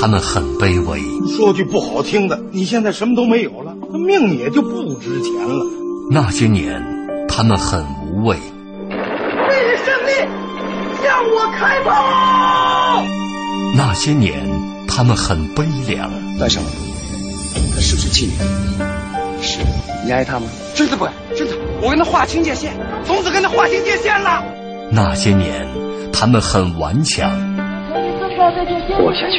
他们很卑微，说句不好听的，你现在什么都没有了，那命也就不值钱了。那些年，他们很无畏。为了胜利，向我开炮！那些年，他们很悲凉。戴上了，他是不是妓女？是，你爱他吗？真的不敢，真的，我跟他划清界限，从此跟他划清界限了。那些年，他们很顽强。活下去，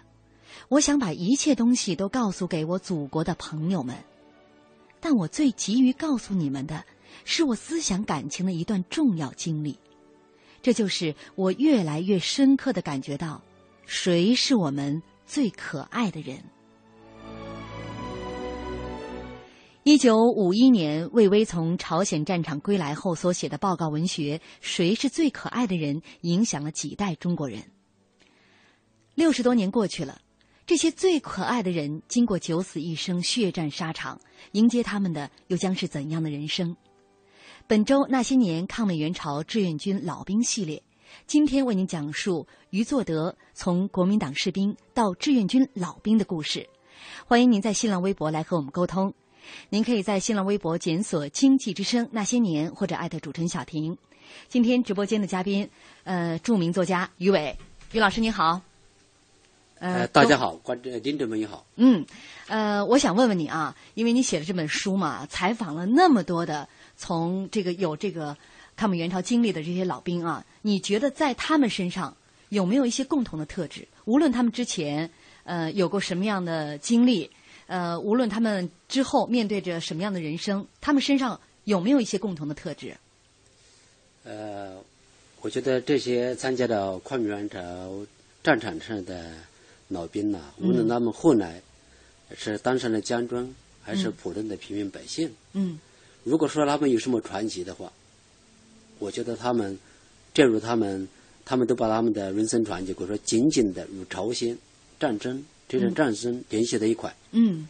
我想把一切东西都告诉给我祖国的朋友们，但我最急于告诉你们的是我思想感情的一段重要经历。这就是我越来越深刻的感觉到，谁是我们最可爱的人。一九五一年，魏巍从朝鲜战场归来后所写的报告文学《谁是最可爱的人》影响了几代中国人。六十多年过去了，这些最可爱的人经过九死一生血战沙场，迎接他们的又将是怎样的人生？本周那些年抗美援朝志愿军老兵系列，今天为您讲述于作德从国民党士兵到志愿军老兵的故事。欢迎您在新浪微博来和我们沟通。您可以在新浪微博检索“经济之声那些年”或者艾特主持人小婷。今天直播间的嘉宾，呃，著名作家于伟，于老师您好。呃，大家好，观众听众们你好。嗯，呃，我想问问你啊，因为你写了这本书嘛，采访了那么多的从这个有这个抗美援朝经历的这些老兵啊，你觉得在他们身上有没有一些共同的特质？无论他们之前呃有过什么样的经历，呃，无论他们之后面对着什么样的人生，他们身上有没有一些共同的特质？呃，我觉得这些参加到抗美援朝呃战场上的老兵呐、嗯无论他们后来是当上了将军，还是普通的平民百姓，嗯如果说他们有什么传奇的话，我觉得他们，正如他们，他们都把他们的人生传奇，或者说紧紧的与朝鲜战争这场战争联系在一块。嗯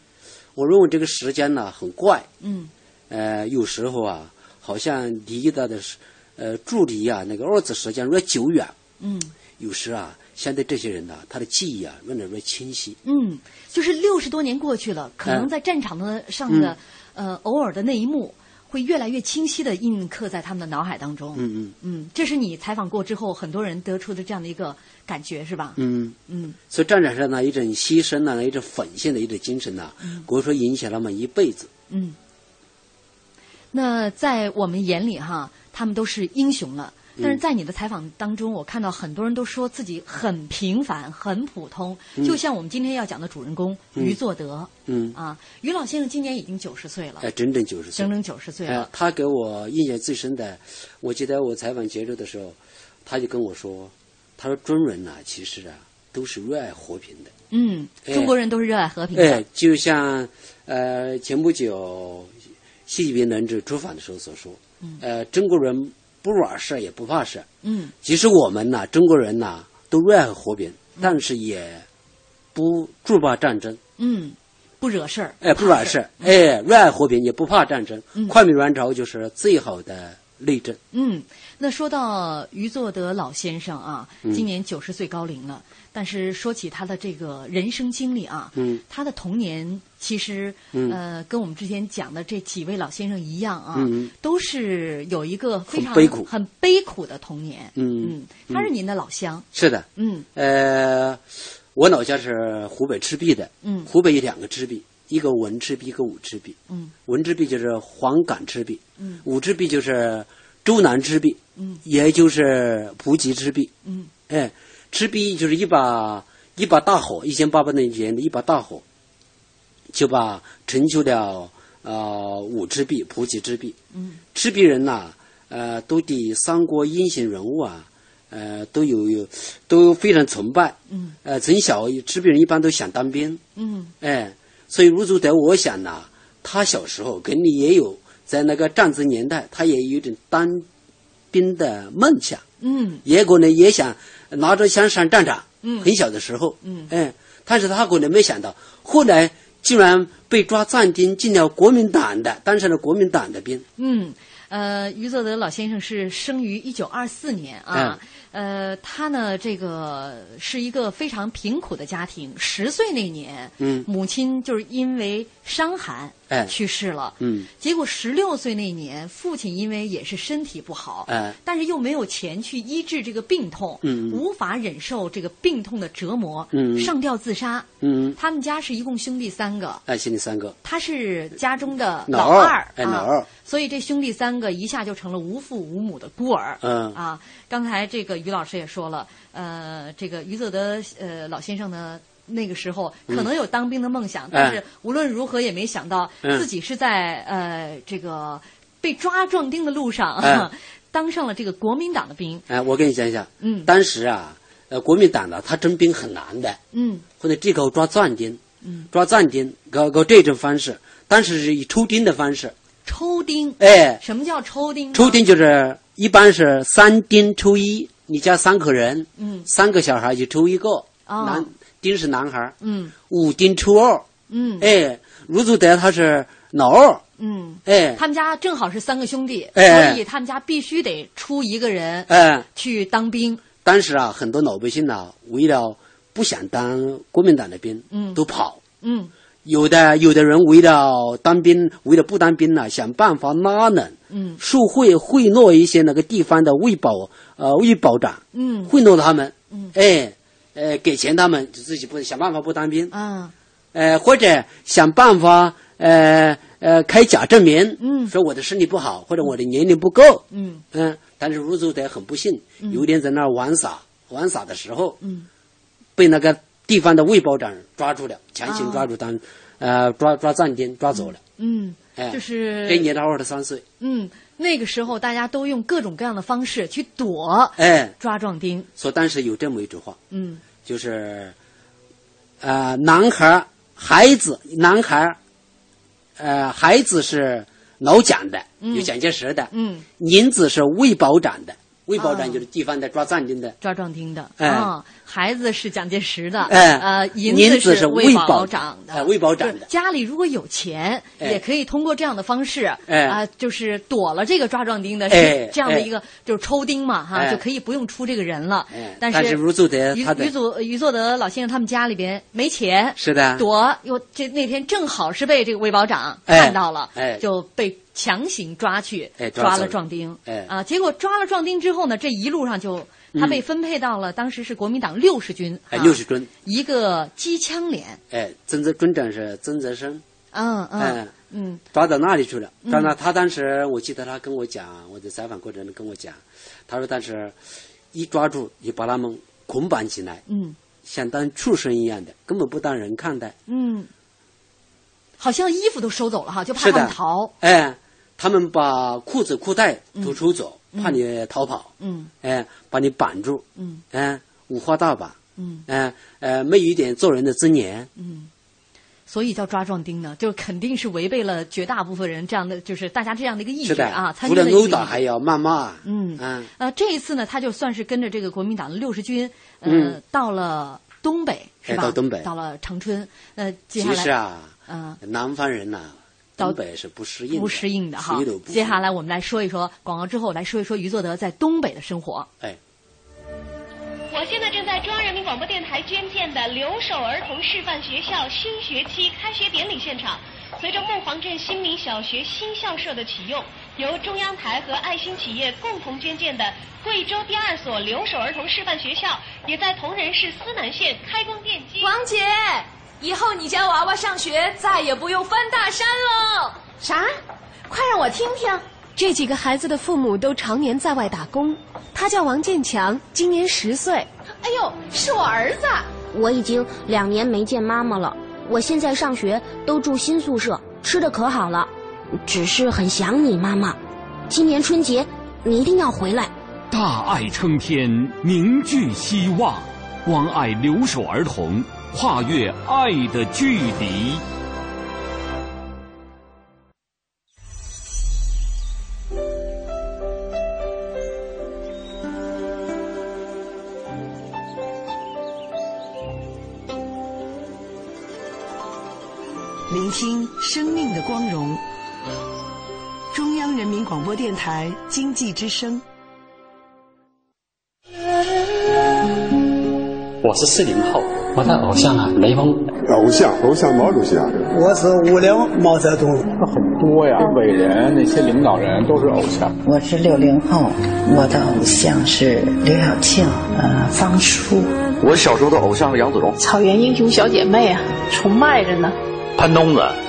我认为这个时间呢很怪，嗯呃，有时候啊，好像离的的时呃距离啊，那个二次时间越久远，嗯有时啊，现在这些人呐、他的记忆啊越来越清晰。嗯，就是六十多年过去了，可嗯能在战场的上的、呃偶尔的那一幕，会越来越清晰的印刻在他们的脑海当中。嗯嗯，这是你采访过之后很多人得出的这样的一个感觉，是吧？嗯嗯，嗯所以战场上呢，一种牺牲呢、一种奉献的一种精神呢、可以说影响他们一辈子。嗯。那在我们眼里哈，他们都是英雄了。嗯但是在你的采访当中，我看到很多人都说自己很平凡、很普通，就像我们今天要讲的主人公于作德嗯，啊，于老先生今年已经九十岁了哎、，整整九十岁整。整九十岁哎了，。他给我印象最深的，我记得我采访结束的时候，他就跟我说：“他说中人呐、其实啊，都是热爱和平的。嗯，中国人都是热爱和平哎，的哎。就像呃前不久习近平同志出访的时候所说，呃，中国人不惹事儿也不怕事儿。嗯其实我们呐、中国人呐、都热爱和平，但是也不助怕战争。嗯，不惹事儿。哎，不惹 事儿，哎，热爱和平，也不怕战争。抗美援朝就是最好的例证。嗯，那说到于作德老先生啊，嗯今年九十岁高龄了，但是说起他的这个人生经历啊，嗯他的童年其实、嗯呃跟我们之前讲的这几位老先生一样啊，嗯都是有一个非常很悲苦很悲苦的童年。嗯他是您的老乡。是的，嗯呃，我老家是湖北赤壁的，嗯湖北有两个赤壁，一个文赤壁，一个武赤壁。嗯文赤壁就是黄冈赤壁，嗯武赤壁就是周南赤壁，嗯也就是普吉赤壁。嗯哎，赤壁就是一把一把大火，一千八百年前的一把大火，就把成就了呃武赤壁、普及赤壁。嗯赤壁人呐、呃，都对三国英雄人物啊，呃，都有有都非常崇拜。嗯呃，从小赤壁人一般都想当兵，嗯哎，所以卢祖德，我想呐、他小时候肯定也有在那个战争年代，他也有点当兵的梦想。嗯也可能也想拿着枪上战场。嗯很小的时候，嗯哎，但是他可能没想到，后来竟然被抓壮丁进了国民党的，当上了国民党的兵。嗯，呃，于作德老先生是生于一九二四年啊。嗯呃，他呢，这个是一个非常贫苦的家庭。十岁那年，嗯母亲就是因为伤寒，哎去世了。嗯，结果十六岁那年，父亲因为也是身体不好，哎但是又没有钱去医治这个病痛，嗯嗯无法忍受这个病痛的折磨，嗯嗯上吊自杀。嗯，他们家是一共兄弟三个，哎，兄弟三个，他是家中的老二，二哎啊老二所以这兄弟三个一下就成了无父无母的孤儿。嗯啊，刚才这个于老师也说了，呃，这个于作德呃老先生呢。那个时候可能有当兵的梦想，但是无论如何也没想到嗯自己是在、呃这个被抓壮丁的路上、哎 当上了这个国民党的兵。哎，我跟你讲一下，嗯当时啊，呃，国民党呢，他征兵很难的，嗯后来这个抓壮丁，嗯，抓壮丁，搞搞这种方式，当时是以抽丁的方式，抽丁，哎，什么叫抽丁呢？抽丁就是一般是三丁抽一，你家三口人，嗯三个小孩就抽一个，哦男丁是男孩，嗯五丁抽二，嗯哎，卢祖德他是老二，嗯，哎，他们家正好是三个兄弟，哎所以他们家必须得出一个人哎，去当兵。当时啊，很多老百姓呢、为了不想当国民党的兵，嗯都跑，嗯有的有的人为了当兵，为了不当兵呢、想办法拉拢，嗯受贿贿赂一些那个地方的卫保呃卫保长，嗯贿赂他们，嗯哎，呃，给钱他们，自己不想办法不当兵，啊呃，或者想办法，呃呃，开假证明，嗯说我的身体不好，或者我的年龄不够，嗯嗯，但是卢祖德很不幸，有一天在那儿玩耍，玩耍的时候，嗯被那个地方的卫保长抓住了，强行抓住当，呃，抓抓壮丁抓走了，啊嗯，哎，就是这年头二十三岁，嗯那个时候大家都用各种各样的方式去躲哎，抓壮丁。所以当时有这么一句话，嗯就是，呃，男孩儿孩子，男孩儿，呃，孩子是老蒋的，嗯有蒋介石的，嗯，银子是卫保长的，卫保啊长就是地方的抓壮丁的，抓壮丁的哎啊，孩子是蒋介石的，哎呃，银子子是是卫卫保保长的，哎卫保长的就是家里如果有钱，哎也可以通过这样的方式，哎啊，就是躲了这个抓壮丁的，哎是这样的一个就是抽丁嘛，哈，哎就可以不用出这个人了哎。但但是如祖德于他的于祖于作德老先生他们家里边没钱，是的躲又这那天正好是被这个卫保长哎看到了，哎就被强行抓去，哎抓抓走了了壮丁，哎啊，结果抓了壮丁之后呢，这一路上就他被分配到了当时是国民党六十军，嗯哎，啊六十吨，一个机枪连，哎，曾泽军长是曾泽生，嗯嗯哎嗯抓到那里去了。抓到他当时，我记得他跟我讲，我在采访过程中跟我讲，他说当时一抓住就把他们捆绑起来，嗯像当畜生一样的，根本不当人看待。嗯，好像衣服都收走了哈，就怕是他的们逃，哎，他们把裤子裤带都抽走，怕你逃跑。嗯哎，把你绑住。嗯哎，五花大绑，嗯，呃呃，没有一点做人的尊严。嗯，所以叫抓壮丁呢，就肯定是违背了绝大部分人这样的，就是大家这样的一个意是识的啊。参除军了的殴意打，识还要谩骂。嗯啊，呃，这一次呢，他就算是跟着这个国民党的六十军，呃，嗯到了东北是哎吧？到东北到了长春。呃，接下其来实啊，嗯南方人呐、到东北是不适应的，不适应的哈水土。不服接下来我们来说一说广告之后，来说一说余作德在东北的生活。哎，我现在正在中央人民广播电台捐建的留守儿童示范学校新学期开学典礼现场。随着木黄镇新民小学新校舍的启用，由中央台和爱心企业共同捐建的贵州第二所留守儿童示范学校，也在铜仁市思南县开工奠基。王姐，以后你家娃娃上学再也不用翻大山喽。啥？快让我听听。这几个孩子的父母都常年在外打工。他叫王建强，今年十岁。哎呦，是我儿子。我已经两年没见妈妈了，我现在上学都住新宿舍，吃的可好了，只是很想你妈妈。今年春节你一定要回来。大爱撑天，凝聚希望，关爱留守儿童，跨越爱的距离。聆听生命的光荣。中央人民广播电台经济之声。我是四零后，我的偶像啊，雷锋。偶像，偶像毛主席啊！我是五零毛泽东。很多呀，啊伟人那些领导人都是偶像。我是六零后，我的偶像是刘晓庆，呃，方舒，我小时候的偶像是杨子荣、草原英雄小姐妹啊，崇拜着呢。潘东啊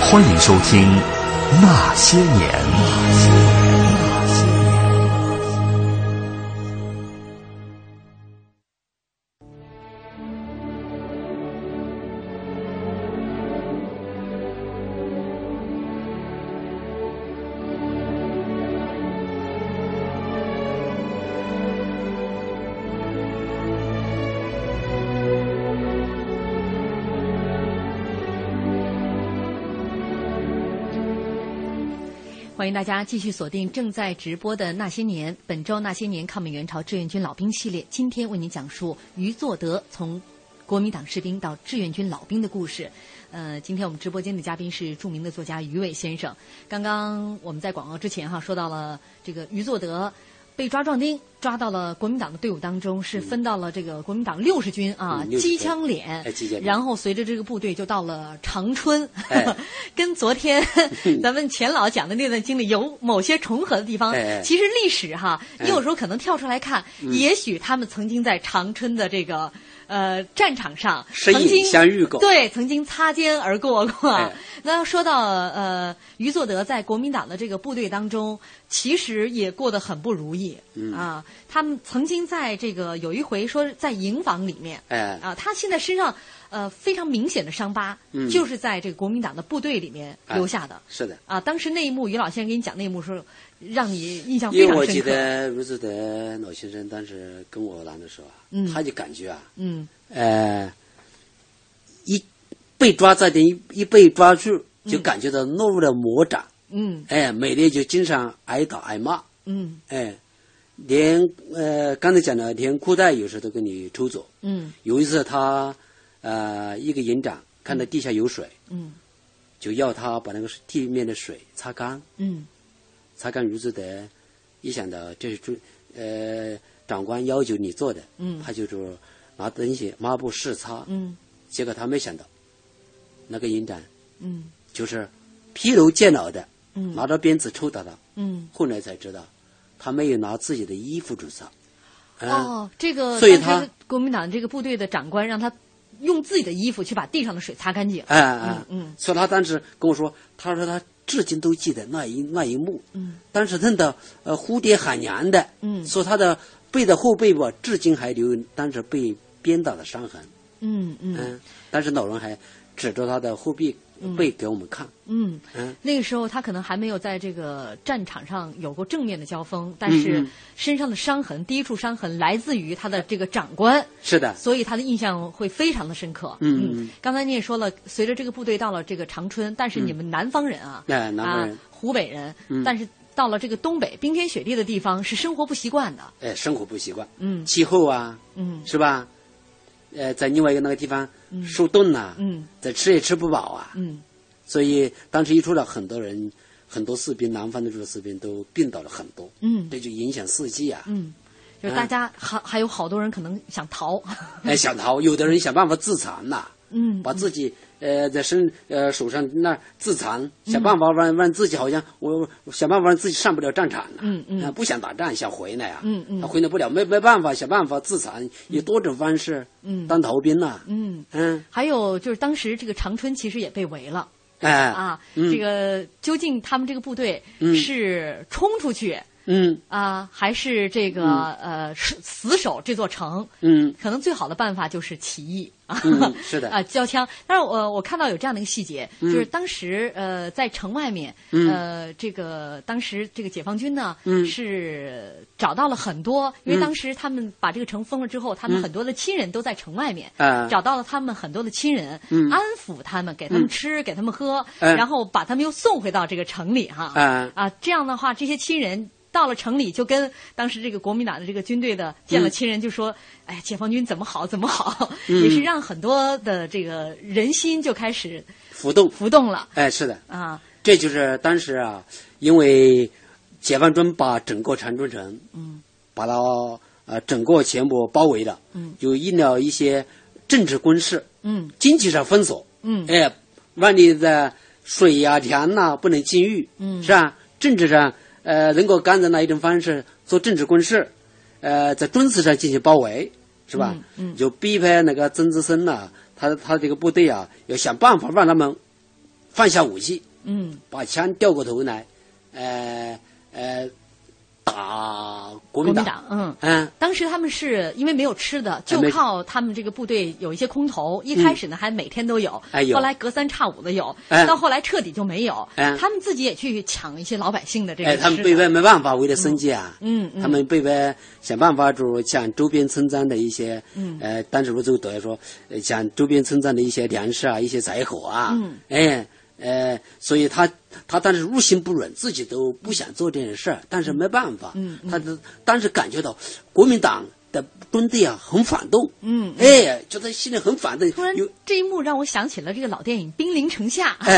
欢迎收听《那些年》。欢迎大家继续锁定正在直播的《那些年》，本周《那些年》抗美援朝志愿军老兵系列，今天为您讲述余作德从国民党士兵到志愿军老兵的故事。呃，今天我们直播间的嘉宾是著名的作家余伟先生。刚刚我们在广告之前哈说到了这个余作德被抓壮丁，抓到了国民党的队伍当中，是分到了这个国民党六十军啊，嗯60机枪脸哎机枪，脸然后随着这个部队就到了长春。哎 跟昨 天咱们钱老讲的那段经历有某些重合的地方哎哎。其实历史哈，哎你有时候可能跳出来看，嗯也许他们曾经在长春的这个呃战场上身曾影经相遇过对，曾经擦肩而过过。哎 那说到呃，余作德在国民党的这个部队当中，其实也过得很不如意、嗯啊。他们曾经在这个有一回说在营房里面，哎啊，他现在身上呃非常明显的伤疤，嗯就是在这个国民党的部队里面哎留下的。是的，啊，当时那一幕，于老先生给你讲那一幕时候，让你印象非因为常我深记刻。得卢志德老先生当时跟我谈的时候啊，嗯他就感觉啊，嗯呃，一被抓在地一一被抓住，就嗯感觉到落入了魔掌，嗯哎，每天就经常哎挨打挨骂，嗯哎，连呃刚才讲的连裤带有时候都给你抽走。嗯有一次他呃一个营长看到地下有水，嗯就要他把那个地面的水擦干，嗯擦干如志德一想到这是主呃长官要求你做的，嗯他就说拿东西抹布试擦，嗯结果他没想到那个营长嗯就是疲劳见脑的嗯拿着鞭子抽打他，嗯后来才知道他没有拿自己的衣服去擦，哦，这个啊所以当时他国民党这个部队的长官让他用自己的衣服去把地上的水擦干净。哎哎，嗯所以他当时跟我说，他说他至今都记得那一那一幕，嗯当时他的呃蝴蝶喊娘的，嗯说他的背的后背吧，至今还留有当时被鞭打的伤痕，嗯嗯嗯嗯，当时老人还指着他的后背嗯背给我们看，嗯，嗯，那个时候他可能还没有在这个战场上有过正面的交锋，但嗯是嗯身上的伤痕，第一处伤痕来自于他的这个长官，是的，所以他的印象会非常的深刻。嗯嗯刚才你也说了，随着这个部队到了这个长春，但是你们南方人啊，哎南方人啊，湖北人，嗯但是到了这个东北冰天雪地的地方是生活不习惯的。哎，生活不习惯，嗯气候啊，嗯是吧？呃，在另外一个那个地方嗯受冻呐、嗯在吃也吃不饱啊，嗯所以当时一出来，很多人，很多士兵，南方的这个士兵都病倒了很多，嗯这就影响士气啊。嗯，就是大家还、还有好多人可能想 逃。哎，想逃，有的人想办法自残呐、嗯，把自己呃在身呃手上那儿自残，嗯想办法让让自己好像我我想办法让自己上不了战场了、嗯嗯啊不想打仗，想回来啊，嗯嗯他回来不了，没没办法，想办法自残，有多种方式，嗯当逃兵呐、嗯，嗯，还有就是当时这个长春其实也被围了。哎啊，嗯这个究竟他们这个部队嗯是冲出去嗯啊，还是这个嗯呃是死守这座城？嗯可能最好的办法就是起义啊， 嗯是的啊，交枪。但是我我看到有这样的一个细节，嗯就是当时呃在城外面，嗯呃这个当时这个解放军呢、嗯是找到了很多，因为嗯当时他们把这个城封了之后，他们嗯很多的亲人都在城外面，啊找到了他们很多的亲人，嗯安抚他们，给他们嗯吃，给他们喝，嗯然后把他们又送回到这个城里哈。啊啊，这样的话，这些亲人到了城里，就跟当时这个国民党的这个军队的见了嗯亲人，就说：“哎，解放军怎么好怎么好。”嗯也是让很多的这个人心就开始浮动，浮动了哎，是的，啊。这就是当时啊，因为解放军把整个长春城，嗯，把它呃整个全部包围了，嗯，有印了一些政治攻势，嗯经济上封锁，嗯哎，让你的水呀、啊田呐、不能禁欲，嗯是吧？政治上呃能够干的那一种方式做政治攻势，呃，在军事上进行包围，是吧？嗯嗯就逼迫那个曾志森呐、他他这个部队啊，要想办法让他们放下武器。嗯把枪掉过头来，呃呃，打国国民民党，党，嗯。嗯当时他们是因为没有吃的，就没嗯靠他们这个部队有一些空投。一开始呢，还每天都有，哎有后来隔三差五的有，哎到后来彻底就没有。哎他们自己也去抢一些老百姓的这个哎，吃的。他们被迫没办法，为了生计啊，嗯嗯他们被迫想办法，就是向周边村庄的一些，嗯呃，当时我就等于说，呃向周边村庄的一些粮食啊，一些柴火啊，嗯哎。呃，所以他他当时入心不忍，自己都不想做这件事儿，但是没办法，嗯嗯他当当时感觉到国民党的军队啊很反动，嗯嗯哎，觉得心里很反动，突然有这一幕让我想起了这个老电影《兵临城下》，哎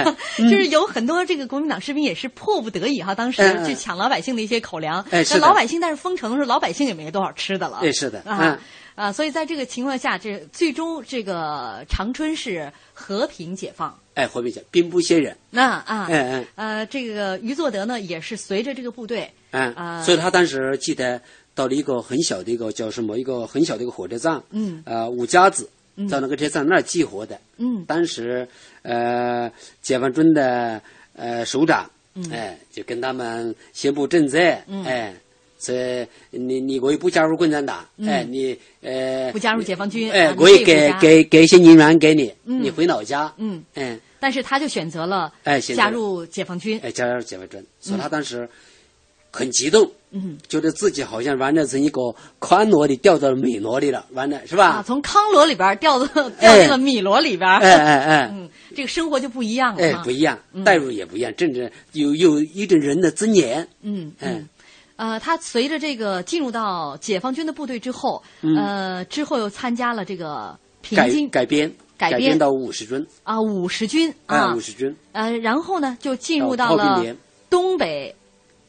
哎就是有很多这个国民党士兵也是迫不得已哈，当哎哎时去抢老百姓的一些口粮，哎是那的老百姓但是封城的时候，老百姓也没多少吃的了，哎是的啊嗯啊，所以在这个情况下，这最终这个长春是和平解放。哎，和平解兵不血刃，那啊，哎哎呃，这个于作德呢，也是随着这个部队，嗯，啊所以他当时记得到了一个很小的一个叫什么一个很小的一个火车站，嗯呃，五家子嗯，到那个车站那儿集合的。嗯当时呃，解放军的呃首长，嗯哎，就跟他们宣布政策，嗯哎，所以你你可以不加入共产党，嗯哎，你呃不加入解放军，哎，啊可以给，你退回家给给一些银元给你，嗯你回老家，嗯，哎但是他就选择了哎，现在加入解放军，哎加入解放军，所以他当时很激动，嗯。觉得自己好像完了成一个宽萝里掉到了美萝里了，完了是吧啊，？从糠箩里边儿 掉到掉进了米箩里边儿，哎哎哎嗯，这个生活就不一样了，哎，不一，样嗯，代入也不一样，政治有有一种人的尊严，嗯嗯嗯。呃，他随着这个进入到解放军的部队之后，嗯呃，之后又参加了这个平改津改编改编编到五十军，啊五十军哎，啊五，十军，呃，然后呢就进入到到炮兵了连东北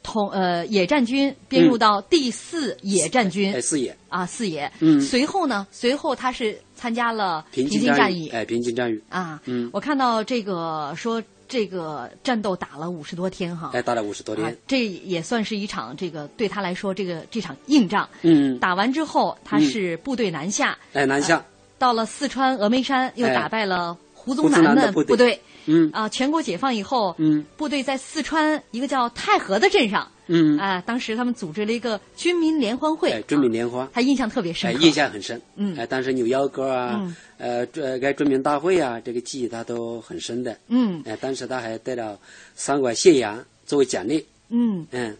统呃野战军，编入嗯到第四野战军，哎，四野啊四野，嗯随后呢，随后他是参加了平津战役，哎，平津战役，啊，嗯我看到这个说这个战斗打了五十多天哈，哎，打了五十多天啊，这也算是一场这个对他来说这个这场硬仗。嗯打啊完之后他是部队南下，哎，南下，到了四川峨眉山又哎打败了胡胡宗宗南的的部队部队。嗯啊，全国解放以后，嗯，部队在四川一个叫太和的镇上，嗯啊，当时他们组织了一个军民联欢会，啊哎，追名莲花，他印象特别深哎，刻，印象很深。嗯哎，当时扭秧歌啊嗯，呃，这该追名大会啊，这个记忆他都很深的。嗯哎，当时他还带了三管蟹羊作为奖励。嗯，嗯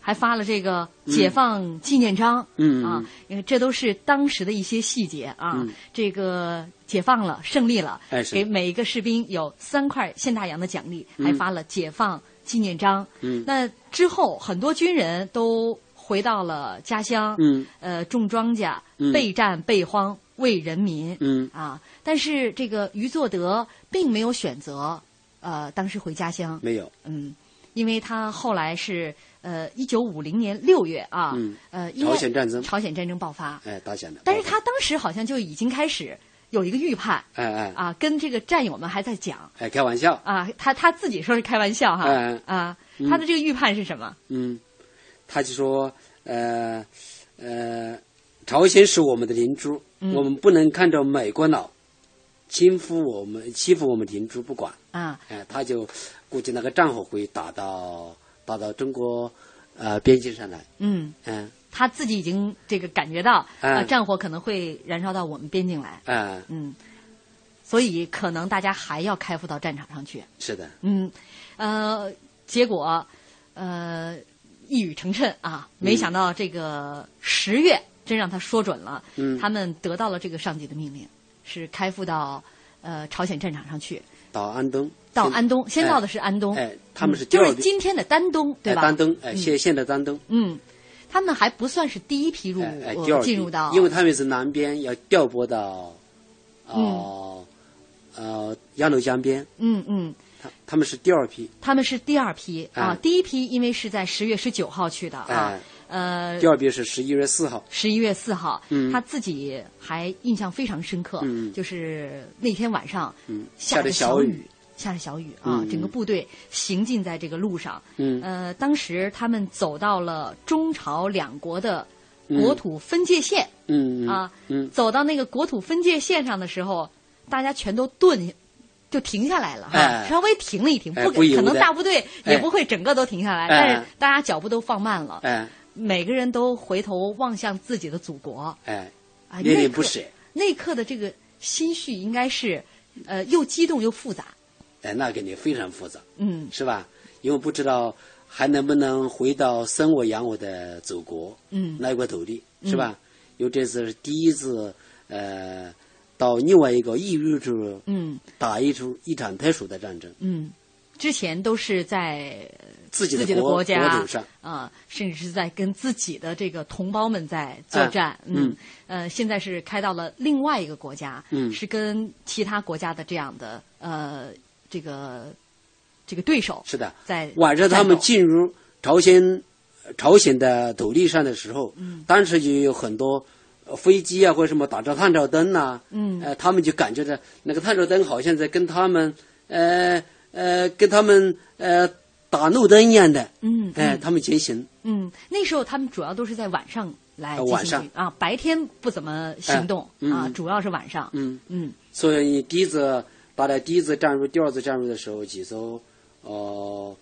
还发了这个解放纪念章，嗯啊，因为这都是当时的一些细节啊，嗯这个解放了，胜利了，哎是给每一个士兵有三块现大洋的奖励，嗯还发了解放纪念章。嗯那之后很多军人都回到了家乡，嗯呃，种庄稼，嗯备战备荒，为人民，嗯啊，但是这个于作德并没有选择，呃，当时回家乡，没有，嗯，因为他后来是呃，一九五零年六月啊，嗯呃，应该朝鲜战争朝鲜战争爆发，哎，打响了。但是他当时好像就已经开始有一个预判哎哎啊，跟这个战友们还在讲哎，开玩笑。啊，他他自己说是开玩笑哈哎啊，嗯他的这个预判是什么？嗯，他就说，呃，呃，朝鲜是我们的邻居，嗯我们不能看着美国佬欺负我们，欺负我们邻居不管。啊，哎、他就估计那个战火会打到打到中国呃边境上来。嗯，嗯、他自己已经这个感觉到哎啊，战火可能会燃烧到我们边境来，哎、嗯，所以可能大家还要开赴到战场上去，是的，嗯，呃，结果，呃，一语成谶啊！嗯没想到这个十月真让他说准了，嗯他们得到了这个上级的命令，是开赴到呃朝鲜战场上去，到安东，到现安东，先哎到的是安东，哎、他们是嗯第就二是今天的丹东，对哎吧？丹东，哎、嗯现现在丹东，嗯，他们还不算是第一批入伍，哎、哎，呃第二进批入到，因为他们是南边要调拨到，哦、呃，鸭绿江边，嗯嗯，他他们是第二批，他们是第二批啊哎，第一批因为是在十月十九号去的啊哎，呃，第二批是十一月四号，十一月四号，嗯他自己还印象非常深刻，嗯就是那天晚上、嗯，下着着小雨，，下着小雨啊，嗯整个部队行进在这个路上，嗯呃，当时他们走到了中朝两国的国土分界线、嗯嗯嗯啊，嗯走到那个国土分界线上的时候，大家全都顿。就停下来了哈，哎稍微停了一停，哎不不由可能得大部队也哎不会整个都停下来，哎但是大家脚步都放慢了，哎每个人都回头望向自己的祖国哎，啊，恋那恋刻不舍，那一刻的这个心绪应该是，呃，又激动又复杂。哎，那肯定非常复杂，嗯是吧？因为不知道还能不能回到生我养我的祖国，嗯那一块土地，是吧？因为这次是第一次，呃，到另外一个异域处嗯打一出一场特殊的战争，嗯，之前都是在呃自己的自己的国家国土上啊，甚至是在跟自己的这个同胞们在作战。啊嗯嗯呃，现在是开到了另外一个国家，嗯是跟其他国家的这样的呃这个这个对手是的。在晚上他战们斗进入朝鲜朝鲜的土地上的时候，嗯当时就有很多呃飞机啊或者什么打着探照灯呐、嗯呃，他们就感觉到那个探照灯好像在跟他们呃呃跟他们呃打路灯一样的，嗯哎、嗯他们前行，嗯，那时候他们主要都是在晚上来呃进行晚上军啊，白天不怎么行动、哎嗯啊，嗯主要是晚上。嗯，嗯所以第一次大家第一次站入、第二次站入的时候，几艘呃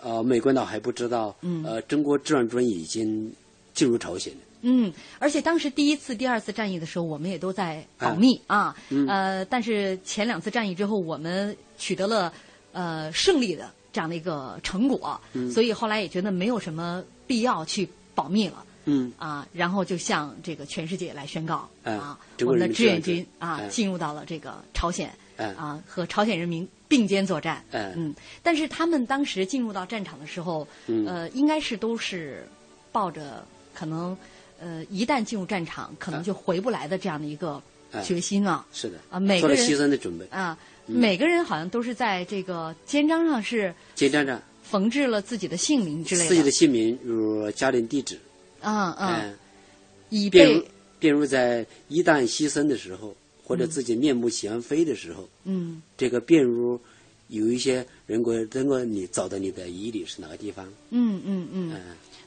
呃美国佬还不知道，嗯呃中国志愿军已经进入朝鲜了，嗯，而且当时第一次、第二次战役的时候，我们也都在保密、啊。哎嗯呃，但是前两次战役之后，我们取得了呃胜利的这样的一个成果，嗯所以后来也觉得没有什么必要去保密了。嗯。啊，然后就向这个全世界来宣告、哎啊，中我国们人的民志志愿愿军军啊、哎进入到了这个朝鲜、哎啊和朝鲜人民并肩作战。哎嗯，但是他们当时进入到战场的时候，嗯呃，应该是都是抱着可能呃一旦进入战场可能就回不来的这样的一个哎决心啊。是的啊每做个了人牺牲的准备，啊，嗯每个人好像都是在这个肩章上是简站长缝制了自己的姓名之类的。自己的姓名与家庭地址，嗯嗯，嗯，以便如备便如在一旦牺牲的时候，或者自己面目全非的时候，嗯这个便如有一些人国通过你找到你的遗里是哪个地方，嗯嗯嗯。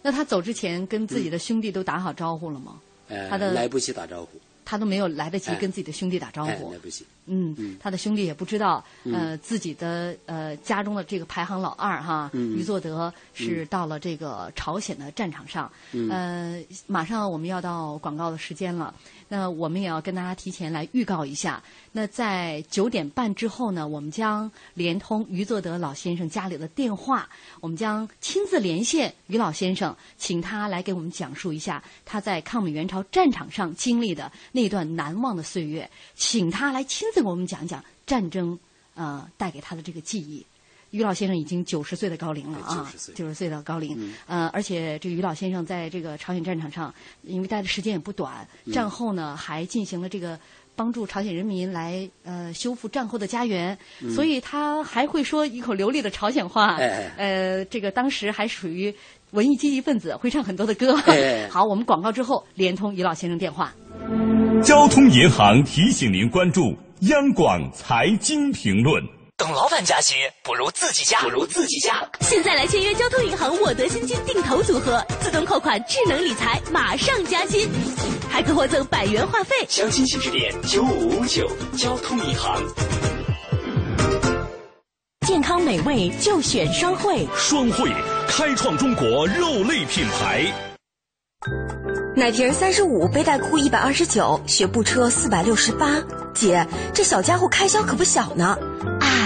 那他走之前跟自己的兄弟都打好招呼了吗？呃，他的来不及打招呼，他都没有来得及哎跟自己的兄弟打招哎，呼来。不及，嗯嗯，他的兄弟也不知道，呃，嗯自己的呃家中的这个排行老二哈，嗯于作德是嗯到了这个朝鲜的战场上。嗯呃，马上我们要到广告的时间了，那我们也要跟大家提前来预告一下。那在九点半之后呢，我们将连通于作德老先生家里的电话，我们将亲自连线于老先生，请他来给我们讲述一下他在抗美援朝战场上经历的那段难忘的岁月，请他来亲自给我们讲一讲战争呃带给他的这个记忆。于老先生已经九十岁的高龄了啊， 90岁九十岁的高龄，嗯呃，而且这于老先生在这个朝鲜战场上，因为待的时间也不短，嗯战后呢还进行了这个帮助朝鲜人民来呃修复战后的家园，嗯所以他还会说一口流利的朝鲜话，哎呃，这个当时还属于文艺积极分子，会唱很多的歌。哎 好，我们广告之后连通于老先生电话。交通银行提醒您关注央广财经评论。等老板加薪，不如自己加，不如自己加。现在来签约交通银行我得新金定投组合，自动扣款、智能理财，马上加薪，还可获赠百元话费。详情请致电九五五九交通银行。健康美味就选双汇，双汇开创中国肉类品牌。奶瓶三十五，背带裤一百二十九，学步车四百六十八。姐，这小家伙开销可不小呢。哎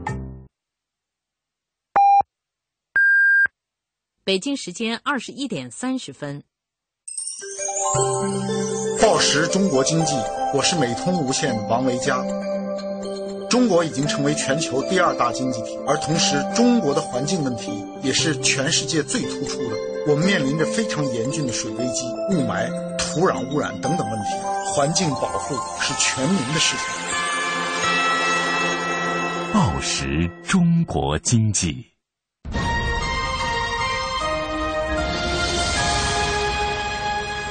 北京时间二十一点三十分。报时中国经济，我是美通无线王维佳。中国已经成为全球第二大经济体，而同时，中国的环境问题也是全世界最突出的。我们面临着非常严峻的水危机、雾霾、土壤污染等等问题，环境保护是全民的事情。报时中国经济，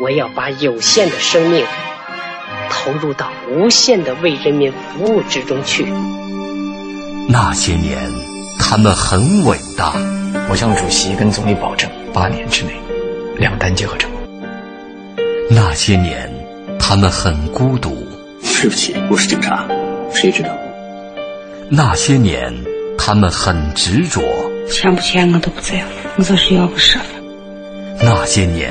我要把有限的生命投入到无限的为人民服务之中去。那些年，他们很伟大。我向主席跟总理保证，八年之内，两弹结合成功。那些年，他们很孤独。对不起，我是警察，谁知道？那些年，他们很执着。欠不欠我都不在乎，我就是要个身份。那些年，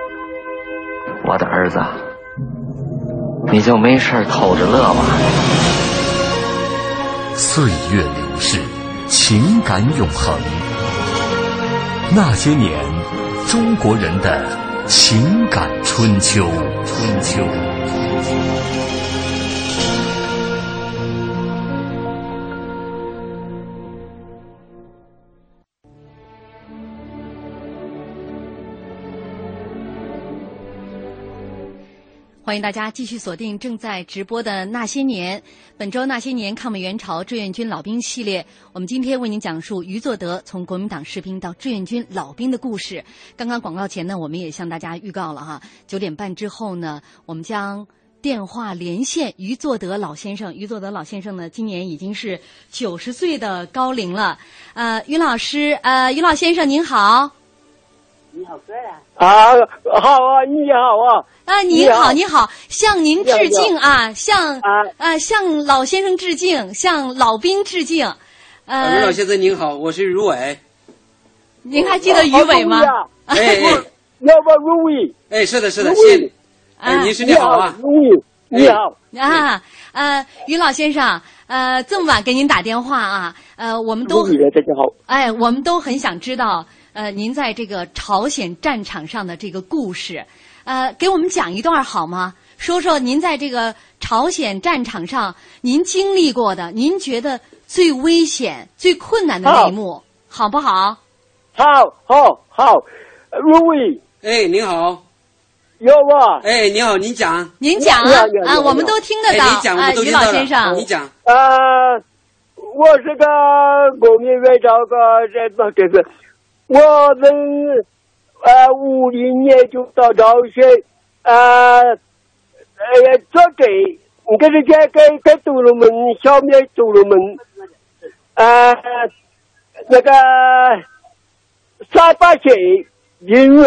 我的儿子啊，你就没事儿偷着乐吧。岁月流逝，情感永恒。那些年，中国人的情感春秋。春秋。欢迎大家继续锁定正在直播的《那些年》，本周《那些年抗美援朝志愿军老兵》系列，我们今天为您讲述余作德从国民党士兵到志愿军老兵的故事。刚刚广告前呢，我们也向大家预告了哈，九点半之后呢，我们将。电话连线于作德老先生，于作德老先生呢，今年已经是九十岁的高龄了。呃，于老师，呃，于老先生您好。你好，哥呀、啊！啊，好啊，你好啊！啊，您好，你好，向您致敬啊，向啊啊，向老先生致敬，向老兵致敬。呃、啊，于老先生您好，我是于伟。您还记得于伟吗？ 哎哎，要不如伟。啊哎，是的，是的，谢谢。哎，女士你好啊！你好 啊，呃，于老先生，呃，这么晚给您打电话啊，呃，我们都大家好，哎，我们都很想知道，呃，您在这个朝鲜战场上的这个故事，呃，给我们讲一段好吗？说说您在这个朝鲜战场上您经历过的，您觉得最危险、最困难的那一幕，好不好？好，好，好，如伟，哎，您好。有啊！哎，你好，您讲，您讲啊，啊，我们都听得到。哎哎您讲，我们啊都于老先生，你讲。呃，我是个国民外交个这个这个，我们呃五零年就到朝鲜，呃，呃，做给，这是在在在杜鲁门消灭杜鲁门，呃，那个三八线引入。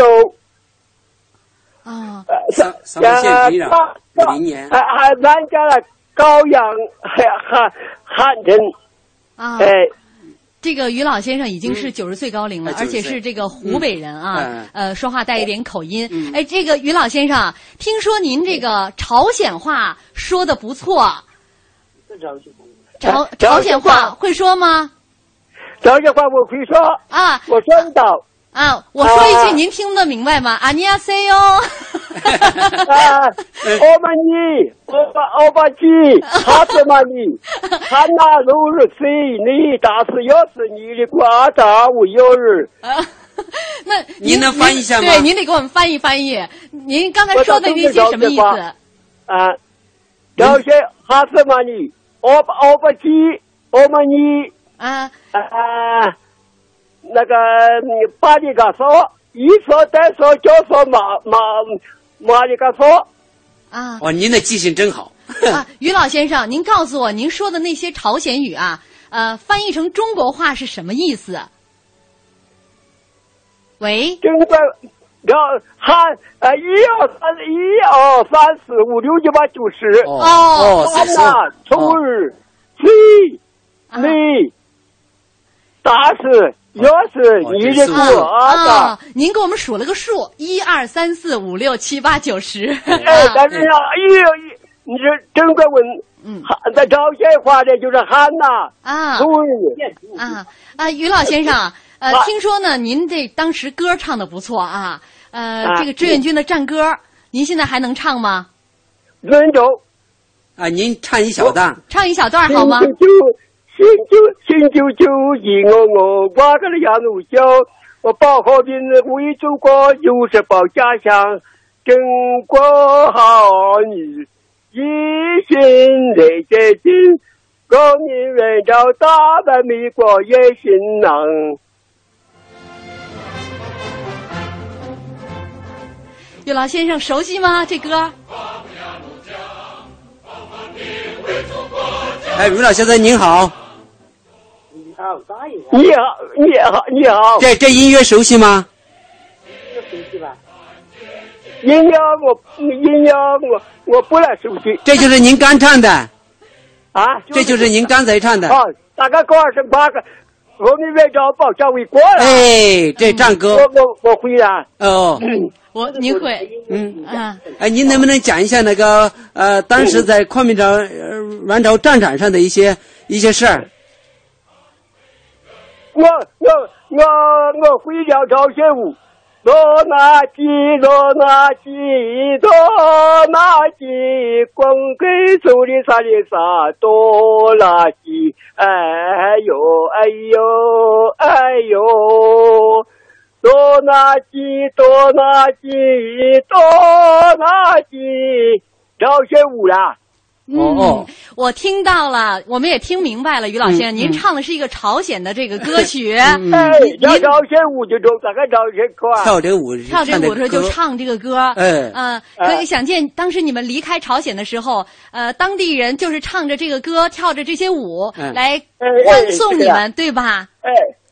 啊，三三八线平壤，五零年，还还参加了高阳汉汉汉城啊，哎，这个于老先生已经是九十岁高龄了，而且是这个湖北人啊，呃，说话带一点口音。哎，这个于老先生，啊听说您这个朝鲜话说的不错，朝朝鲜话会说吗？朝鲜话我会说啊，我说 到。啊，我说一句，您听得明白吗？阿尼亚塞哟，啊，欧巴尼，欧巴欧巴基，哈特玛尼，哈那鲁日塞尼达斯要是你的瓜达我有日。那您能翻译一下吗？对，您得给我们翻译翻译。您刚才说的那句什么意思？啊，朝鲜哈特玛尼，欧巴欧巴基，欧巴尼。啊啊。那个嗯巴里嘎说，哦一说再说就说马马嗯马里嘎说，啊！哦，您的记性真好 啊，于老先生，您告诉我，您说的那些朝鲜语啊，呃，翻译成中国话是什么意思？喂，中国，然后喊呃一二三一二三四五六七八九十哦，三呐，初二，七，你，啊大是。要是哦你的数啊！哦您给我们数了个数，一二三四五六七八九十。哎，但嗯是呀，一，你这中国文，嗯，在朝鲜话的就是汉呐啊，对啊啊，于老先生，呃，听说呢，您这当时歌唱的不错啊，呃，这个志愿军的战歌，您现在还能唱吗？温州啊，您唱一小段，唱一小段好吗？嗯新九新九九一我我挖个了杨柳桥，我报和平为祖国，就是报家乡。中国好女一心来接近，国民文朝打败美国野心囊。岳老先生熟悉吗？这歌？哎，于老先生您哦好。你好，你好，你好。这这音乐熟悉吗？熟悉吧。音乐我，音乐我，我不太熟悉。这就是您刚唱的。哦啊。这就是您刚才唱的。啊，大概高二十八个，国民外交保障卫国了。哎，这唱歌。我我我会了。嗯哦。我您会。嗯啊。哎，您能不能讲一下那个呃，当时在抗美朝援朝战场上的一些一些事儿？我我我我会了朝鲜舞，罗那吉罗那吉罗那吉，光棍手里啥里啥多那吉，哎呦哎呦哎呦，罗那吉，多那吉，多那吉，饶舌舞啦。哦嗯，我听到了，我们也听明白了，于老先生，您唱的是一个朝鲜的这个歌曲。哎，要饶舌舞就中，大概饶舌快。跳这舞，跳这舞的时候就唱这个歌。哎，嗯，可以想见，当时你们离开朝鲜的时候，呃，当地人就是唱着这个歌，跳着这些舞来欢送你们，对吧？哎，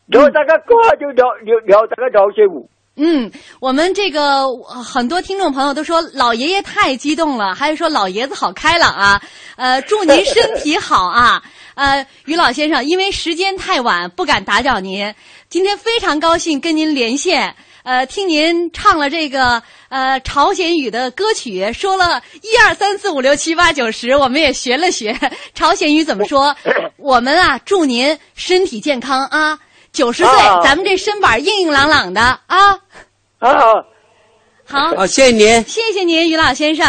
然后大家歌就饶饶大家饶舌舞。嗯，我们这个呃很多听众朋友都说老爷爷太激动了，还有说老爷子好开朗啊，呃，祝您身体好啊， 呃，于老先生，因为时间太晚，不敢打扰您。今天非常高兴跟您连线，呃，听您唱了这个呃朝鲜语的歌曲，说了一二三四五六七八九十，我们也学了学 朝鲜语怎么说。我们啊，祝您身体健康啊。九十岁，啊咱们这身板硬硬朗朗的啊！好，好，好，哦谢谢您，谢谢您，于老先生，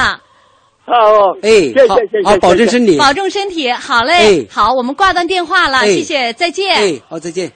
好，哎，谢好谢谢好，谢，保重身体，保重身体，好嘞，哎好，我们挂断电话了，哎谢谢，再见。哎，好，再见。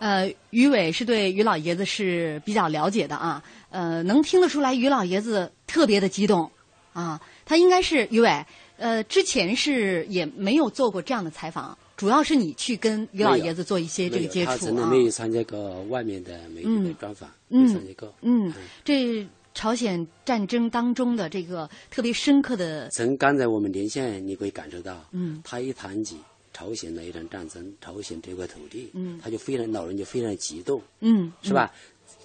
呃，于伟是对于老爷子是比较了解的啊，呃，能听得出来于老爷子特别的激动啊，他应该是于伟，呃，之前是也没有做过这样的采访，主要是你去跟于老爷子做一些这个接没有他触真的啊，没有参加过外面的媒体的专访，嗯没参加过。嗯，这朝鲜战争当中的这个特别深刻的，从刚才我们连线，你可以感受到，嗯他一谈起朝鲜的一场战争，朝鲜这块土地，嗯他就非常老人就非常激动，嗯，是吧？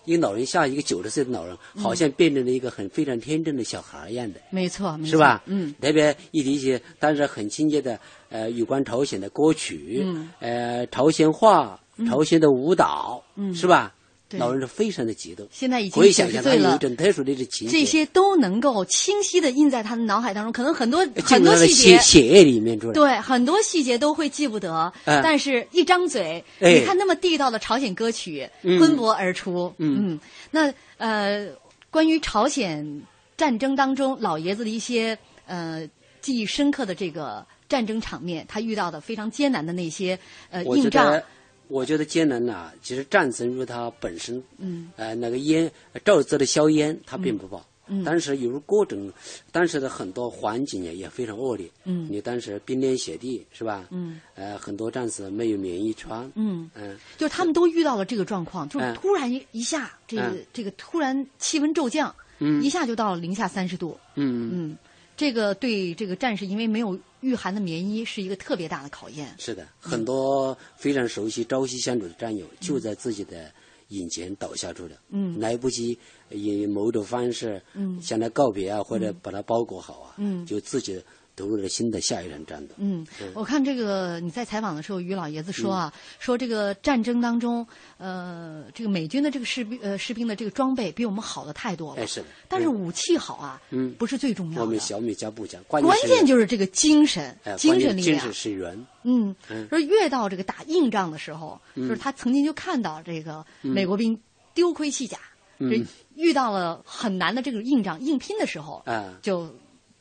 一个老人像一个九十岁的老人，嗯好像变成了一个很非常天真的小孩儿一样的，没错，没错是吧？嗯，特别一提起当时很亲切的呃有关朝鲜的歌曲，嗯呃朝鲜话嗯、朝鲜的舞蹈，嗯是吧？对老人是非常的激动，现在已经可以想象90他岁有了一种特殊的一种情节，这些都能够清晰的印在他的脑海当中，可能很多进很入多他的细节血血液里面出来。对，很多细节都会记不得，哎但是一张嘴，哎你看那么地道的朝鲜歌曲、嗯喷薄而出。嗯那呃，关于朝鲜战争当中老爷子的一些呃记忆深刻的这个战争场面，他遇到的非常艰难的那些呃我觉硬仗得，，我觉得艰难呐、其实战争如它本身，嗯呃，那个烟照射的硝烟，它并不爆。嗯当时由于各种，当时的很多环境也也非常恶劣。嗯你当时冰天雪地是吧？嗯，呃，很多战士没有棉衣穿。嗯，嗯，就是他们都遇到了这个状况，就是哎突然一下，这个哎这个突然气温骤降，嗯一下就到了零下三十度。嗯嗯，嗯，这个对这个战士，因为没有御寒的棉衣，是一个特别大的考验。是的，很多非常熟悉、朝夕相处的战友，就在自己的眼前倒下去了。嗯来不及以某种方式，嗯向他告别啊，或者嗯把他包裹好啊，嗯就自己投入了新的下一场战斗。嗯，我看这个你在采访的时候，于老爷子嗯说啊，说这个战争当中，呃，这个美军的这个士兵呃士兵的这个装备比我们好的太多了。哎，是的。但是武器好啊，嗯不是最重要我们的。小米加步枪，关关键是就是这个精神哎，，精关神键力精量。神是人。嗯嗯，说越到这个打硬仗的时候，嗯就是他曾经就看到这个嗯美国兵丢盔弃甲，嗯这遇到了很难的这个硬仗硬拼的时候，啊就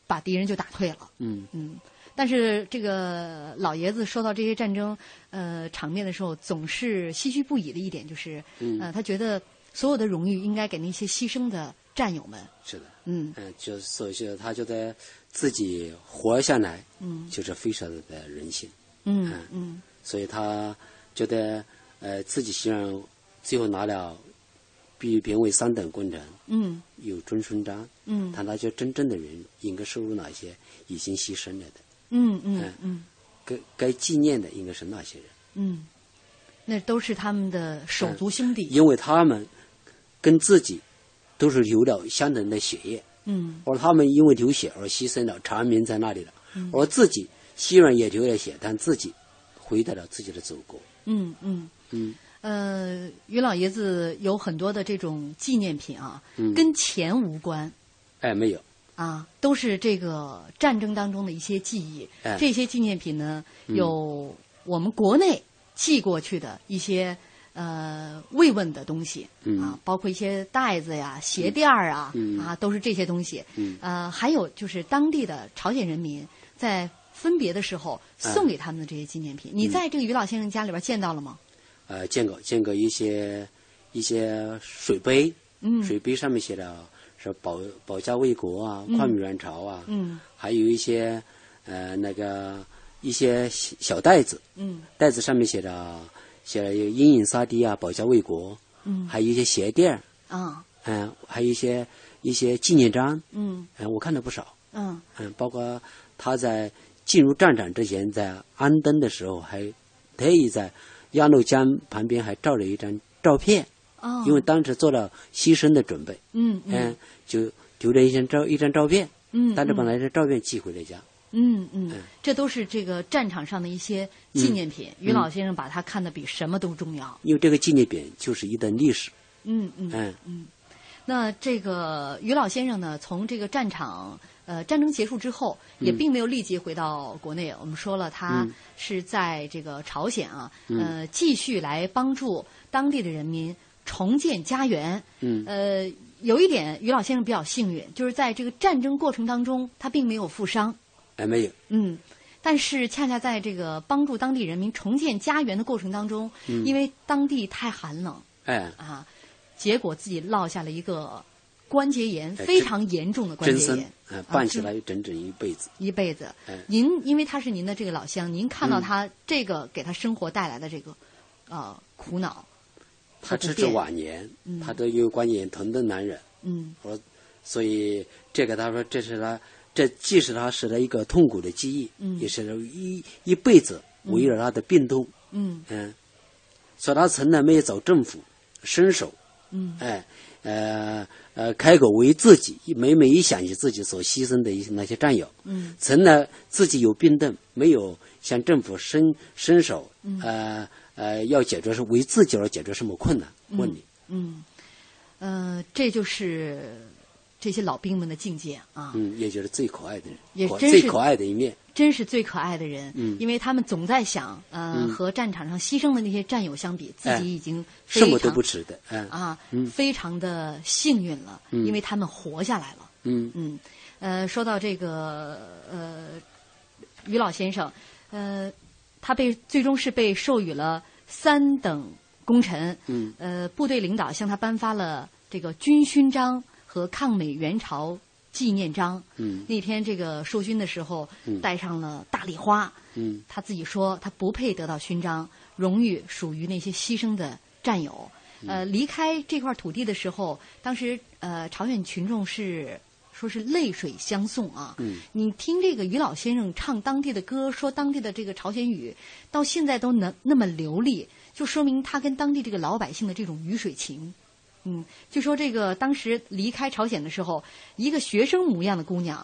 把敌人就打退了。嗯，嗯，但是这个老爷子说到这些战争呃场面的时候，总是唏嘘不已的一点就是，嗯呃，他觉得所有的荣誉应该给那些牺牲的战友们。是的。嗯嗯，就是所以说，他觉得自己活下来，嗯就是非常的人性，嗯嗯嗯所以他觉得呃自己虽然最后拿了被评为三等功臣，嗯有终身章，嗯但他就真正的人应该收入哪些已经牺牲了的，嗯嗯哎嗯该该纪念的应该是那些人，嗯，那都是他们的手足兄弟。因为他们跟自己都是流了相同的血液，嗯而他们因为流血而牺牲了，长眠在那里了。嗯而自己虽然也流了血，但自己回到了自己的祖国。嗯嗯，嗯，呃，于老爷子有很多的这种纪念品啊，嗯跟钱无关，哎，没有，啊，都是这个战争当中的一些记忆。哎这些纪念品呢，嗯有我们国内寄过去的一些呃慰问的东西、嗯啊，包括一些袋子呀、鞋垫儿啊、嗯啊，都是这些东西。嗯呃，还有就是当地的朝鲜人民在分别的时候送给他们的这些纪念品。你哎嗯在这个于老先生家里边见到了吗？呃，见过见过一些一些水杯，嗯水杯上面写的是保保家卫国啊，嗯抗美援朝啊，嗯还有一些呃那个一些小小袋子，嗯袋子上面写着写了有阴影杀敌啊，保家卫国，嗯还有一些鞋垫儿，啊嗯、还有一些一些纪念章，嗯嗯、我看了不少，嗯嗯、包括他在进入战场之前，在安灯的时候还特意在鸭绿江旁边还照了一张照片，啊，因为当时做了牺牲的准备，嗯嗯、嗯就留了一张照一张照片，嗯但是把嗯那张照片寄回了家，嗯嗯，这都是这个战场上的一些纪念品。嗯于老先生把它看得比什么都重要。因为这个纪念品就是一段历史，嗯嗯嗯嗯。那这个于老先生呢，从这个战场呃战争结束之后，也嗯并没有立即回到国内。我们说了，他嗯是在这个朝鲜啊，嗯呃，继续来帮助当地的人民重建家园。嗯呃，有一点，于老先生比较幸运，就是在这个战争过程当中，他并没有负伤。哎，没有，嗯，但是恰恰在这个帮助当地人民重建家园的过程当中，嗯因为当地太寒冷哎，啊，结果自己落下了一个关节炎，哎非真常严重的关真节僧炎，，哎，啊办起真来整整一辈子，一辈子。哎，您因为他是您的这个老乡，您看到嗯他这个给他生活带来的这个呃苦恼，他不直至变晚年，嗯他都有关眼疼的男人。嗯我说，所以这个他说这是他，这既是他使得一个痛苦的记忆，嗯也是一一辈子嗯围绕他的病痛，嗯嗯，所以他从来没有找政府伸手，嗯哎，呃呃，开口为自己，每每一想起自己所牺牲的一些那些战友，嗯从来自己有病症，没有向政府伸伸手嗯，呃呃，要解决是为自己而解决什么困难？嗯问你，嗯，呃，这就是这些老兵们的境界啊。嗯，也就是最可爱的人，也可真最是可爱的一面。真是最可爱的人，嗯因为他们总在想，呃，嗯和战场上牺牲的那些战友相比，自哎己已经非什常么都不值得，嗯啊，嗯非常的幸运了，嗯因为他们活下来了。嗯嗯，呃，说到这个呃，于老先生，呃，他被最终是被授予了三等功臣，嗯呃，部队领导向他颁发了这个军勋章和抗美援朝纪念章。嗯那天这个授勋的时候，嗯带上了大礼花。嗯他自己说，他不配得到勋章，荣誉属于那些牺牲的战友。嗯呃，离开这块土地的时候，当时呃，朝鲜群众是说是泪水相送啊。嗯你听这个于老先生唱当地的歌，说当地的这个朝鲜语，到现在都能那么流利，就说明他跟当地这个老百姓的这种鱼水情。嗯，就说这个当时离开朝鲜的时候，一个学生模样的姑娘，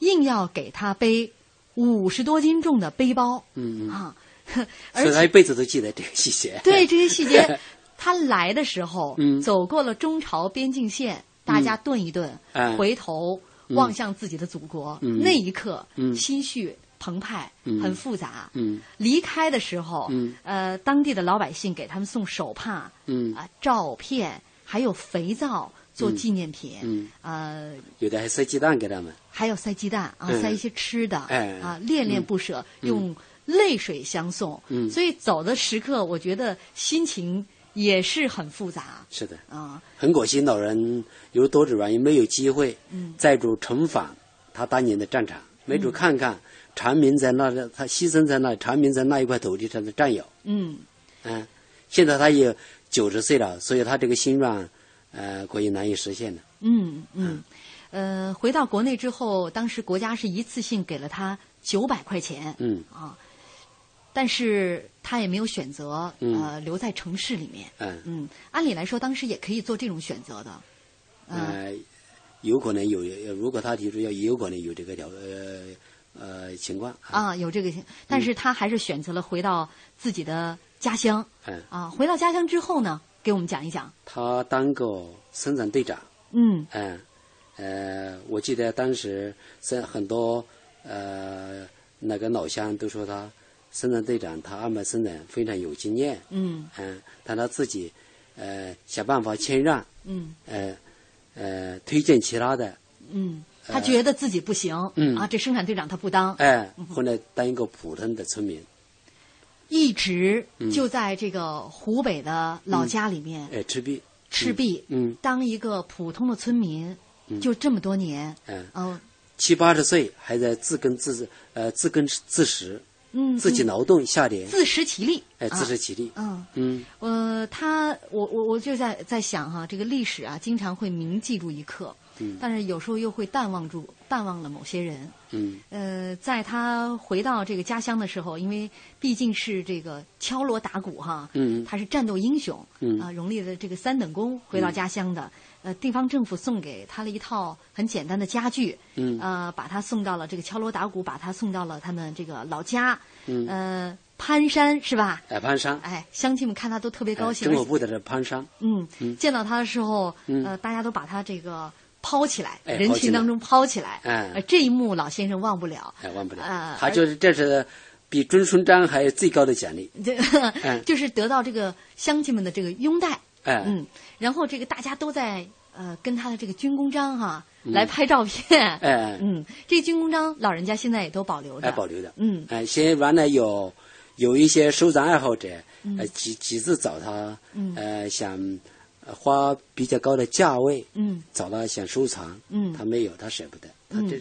硬要给他背五十多斤重的背包嗯嗯，啊， 呵所而以他一且辈子都记得这个细节。 对这些细节，他来的时候，嗯走过了中朝边境线，大家顿一顿，哎回头望向自己的祖国，嗯那一刻，嗯心绪澎湃，嗯很复杂。嗯离开的时候，嗯呃，当地的老百姓给他们送手帕、嗯啊、照片，还有肥皂做嗯纪念品，嗯，呃， 有的还塞鸡蛋给他们。还有塞鸡蛋啊，嗯塞一些吃的，哎啊，恋恋不舍，嗯用泪水相送。嗯所以走的时刻，我觉得心情也是很复杂是的，啊。很可惜，老人由多种原因没有机会嗯再度重返他当年的战场，没准看看长眠在那的他牺牲在那长眠在那一块土地上的战友。嗯嗯，现在他也九十岁了，所以他这个心愿，呃，可以难以实现的。嗯嗯，呃，回到国内之后，当时国家是一次性给了他九百块钱，嗯啊，但是他也没有选择嗯呃留在城市里面。嗯嗯，按理来说，当时也可以做这种选择的。嗯呃，有可能有，如果他提出要，也有可能有这个条呃呃情况。啊，有这个情，但是他还是选择了回到自己的家乡。嗯，啊，回到家乡之后呢，给我们讲一讲。他当过生产队长，嗯嗯，呃，我记得当时在很多呃那个老乡都说他生产队长他安排生产非常有经验，嗯嗯，但他自己呃想办法谦让，嗯呃呃推荐其他的，嗯，他觉得自己不行，哎嗯啊，这生产队长他不当，哎、嗯后来当一个普通的村民，一直嗯就在这个湖北的老家里面哎、赤壁，赤壁，嗯当一个普通的村民，嗯就这么多年，嗯，哦，七八十岁还在自耕自呃自耕自食，嗯自己嗯劳动下田，自食其力，哎、啊自食其力，嗯，嗯呃，他，我我我就在在想哈、这个历史啊，经常会铭记住一刻，嗯但是有时候又会淡忘住，淡忘了某些人。嗯呃，在他回到这个家乡的时候，因为毕竟是这个敲锣打鼓哈，嗯他是战斗英雄，嗯啊，荣立了这个三等功，回到家乡的。呃，地方政府送给他了一套很简单的家具，嗯呃，把他送到了这个敲锣打鼓，把他送到了他们这个老家，嗯呃，攀山是吧？哎、攀山，哎，乡亲们看他都特别高兴，哎而中且国部的攀山，嗯，嗯见到他的时候，嗯呃，大家都把他这个抛起来，哎人抛起群来当中抛起来，哎呃，这一幕老先生忘不了，哎，忘不了，啊他而就是这是比尊顺章还最高的奖励，这、哎 就是得到这个乡亲们的这个拥戴，哎，嗯，然后这个大家都在呃跟他的这个军功章哈、嗯来拍照片，哎嗯，这个军功章老人家现在也都保留着，哎，保留的，嗯哎，先原来有有一些收藏爱好者，嗯呃，几几次找他，嗯呃，想呃花比较高的价位，嗯找他想收藏，嗯他没有，他舍不得，他嗯这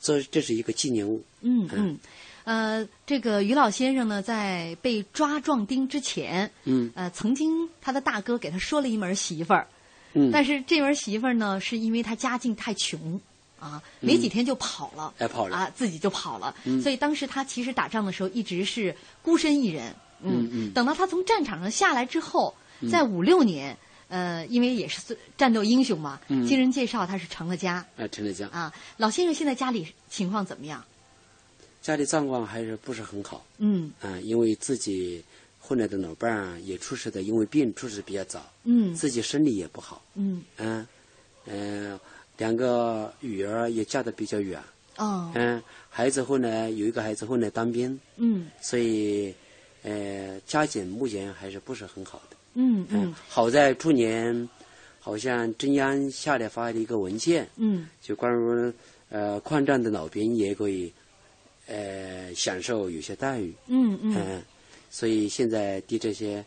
这这是一个纪念物，嗯嗯，呃，这个于老先生呢，在被抓壮丁之前，嗯呃，曾经他的大哥给他说了一门媳妇儿，嗯，但是这门媳妇儿呢，是因为他家境太穷啊，嗯没几天就跑了，哎跑了啊，自己就跑了、嗯所以当时他其实打仗的时候一直是孤身一人。嗯嗯等到他从战场上下来之后，嗯在五六年，呃，因为也是战斗英雄嘛，嗯经人介绍他是成了家哎，陈德江啊。老先生现在家里情况怎么样？家里状况还是不是很好，嗯啊，因为自己后来的老伴儿啊也出事的，因为病出事比较早，嗯自己身体也不好，嗯嗯嗯，两个女儿也嫁得比较远。哦嗯，孩子后呢，有一个孩子后呢当兵，嗯所以呃，家境目前还是不是很好的。嗯嗯好在去年好像中央下来发了一个文件，嗯就关于呃抗战的老兵也可以呃享受有些待遇。嗯嗯、嗯所以现在对这些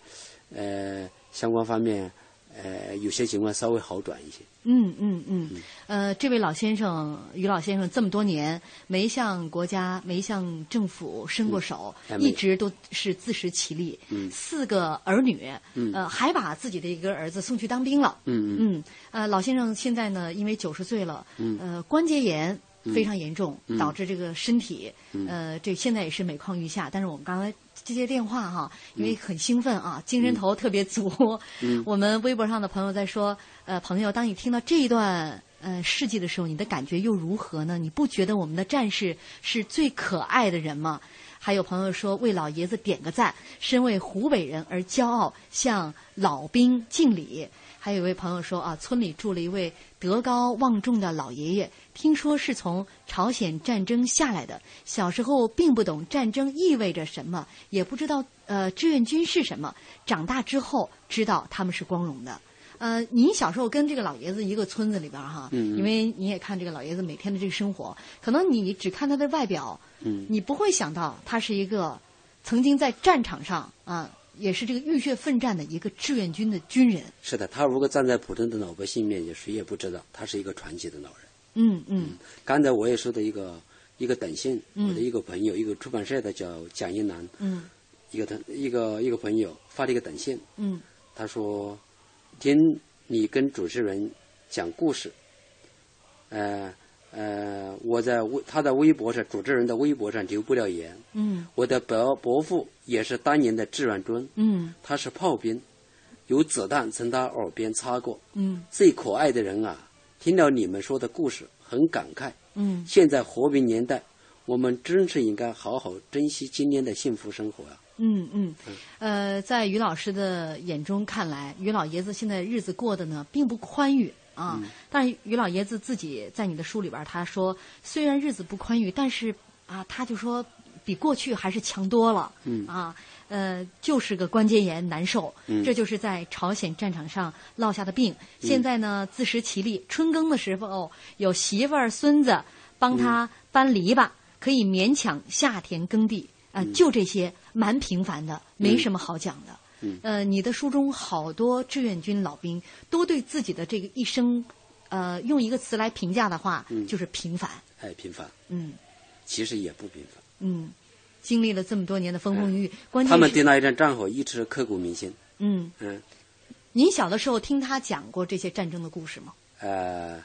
呃相关方面呃有些情况稍微好转一些。嗯嗯嗯，呃，这位老先生，于老先生这么多年没向国家、没向政府伸过手，嗯哎没有一直都是自食其力。嗯四个儿女，嗯呃，还把自己的一个儿子送去当兵了。嗯嗯嗯，呃，老先生现在呢，因为九十岁了，嗯呃，关节炎非常严重，嗯导致这个身体，嗯呃，这现在也是每况愈下。但是我们刚才接电话哈、因为很兴奋啊，精神头特别足。嗯 我们微博上的朋友在说，呃，朋友，当你听到这一段。呃，事迹的时候，你的感觉又如何呢？你不觉得我们的战士是最可爱的人吗？还有朋友说为老爷子点个赞，身为湖北人而骄傲，向老兵敬礼。还有一位朋友说啊，村里住了一位德高望重的老爷爷，听说是从朝鲜战争下来的，小时候并不懂战争意味着什么，也不知道呃志愿军是什么，长大之后知道他们是光荣的。呃，您小时候跟这个老爷子一个村子里边儿哈，嗯嗯因为你也看这个老爷子每天的这个生活，可能你只看他的外表，嗯你不会想到他是一个曾经在战场上啊，也是这个浴血奋战的一个志愿军的军人。是的，他如果站在普通的老百姓面前，谁也不知道他是一个传奇的老人。嗯嗯刚才我也说的一个一个短信，嗯我的一个朋友，一个出版社的叫蒋一南，嗯一个他一个一个朋友发了一个短信，嗯他说听你跟主持人讲故事，呃呃，我在微他的微博上，主持人的微博上留不了言。嗯我的伯伯父也是当年的志愿军，嗯他是炮兵，有子弹从他耳边擦过。嗯最可爱的人啊，听了你们说的故事，很感慨。嗯现在和平年代，我们真是应该好好珍惜今天的幸福生活啊！嗯嗯，呃，在于老师的眼中看来，于老爷子现在日子过得呢并不宽裕，啊。嗯但是于老爷子自己在你的书里边他说，虽然日子不宽裕，但是啊，他就说比过去还是强多了。嗯啊，呃，就是个关节炎难受，嗯这就是在朝鲜战场上落下的病。现在呢，自食其力，春耕的时候、有媳妇儿、孙子帮嗯他搬篱笆，可以勉强下田耕地啊、就这些，蛮平凡的，没什么好讲的。嗯呃，你的书中好多志愿军老兵都对自己的这个一生，呃，用一个词来评价的话，嗯就是平凡。哎，平凡，嗯其实也不平凡。嗯，经历了这么多年的风风雨雨，关键哎他们是对那一战战火一直刻骨铭心。嗯，嗯，您小的时候听他讲过这些战争的故事吗？呃，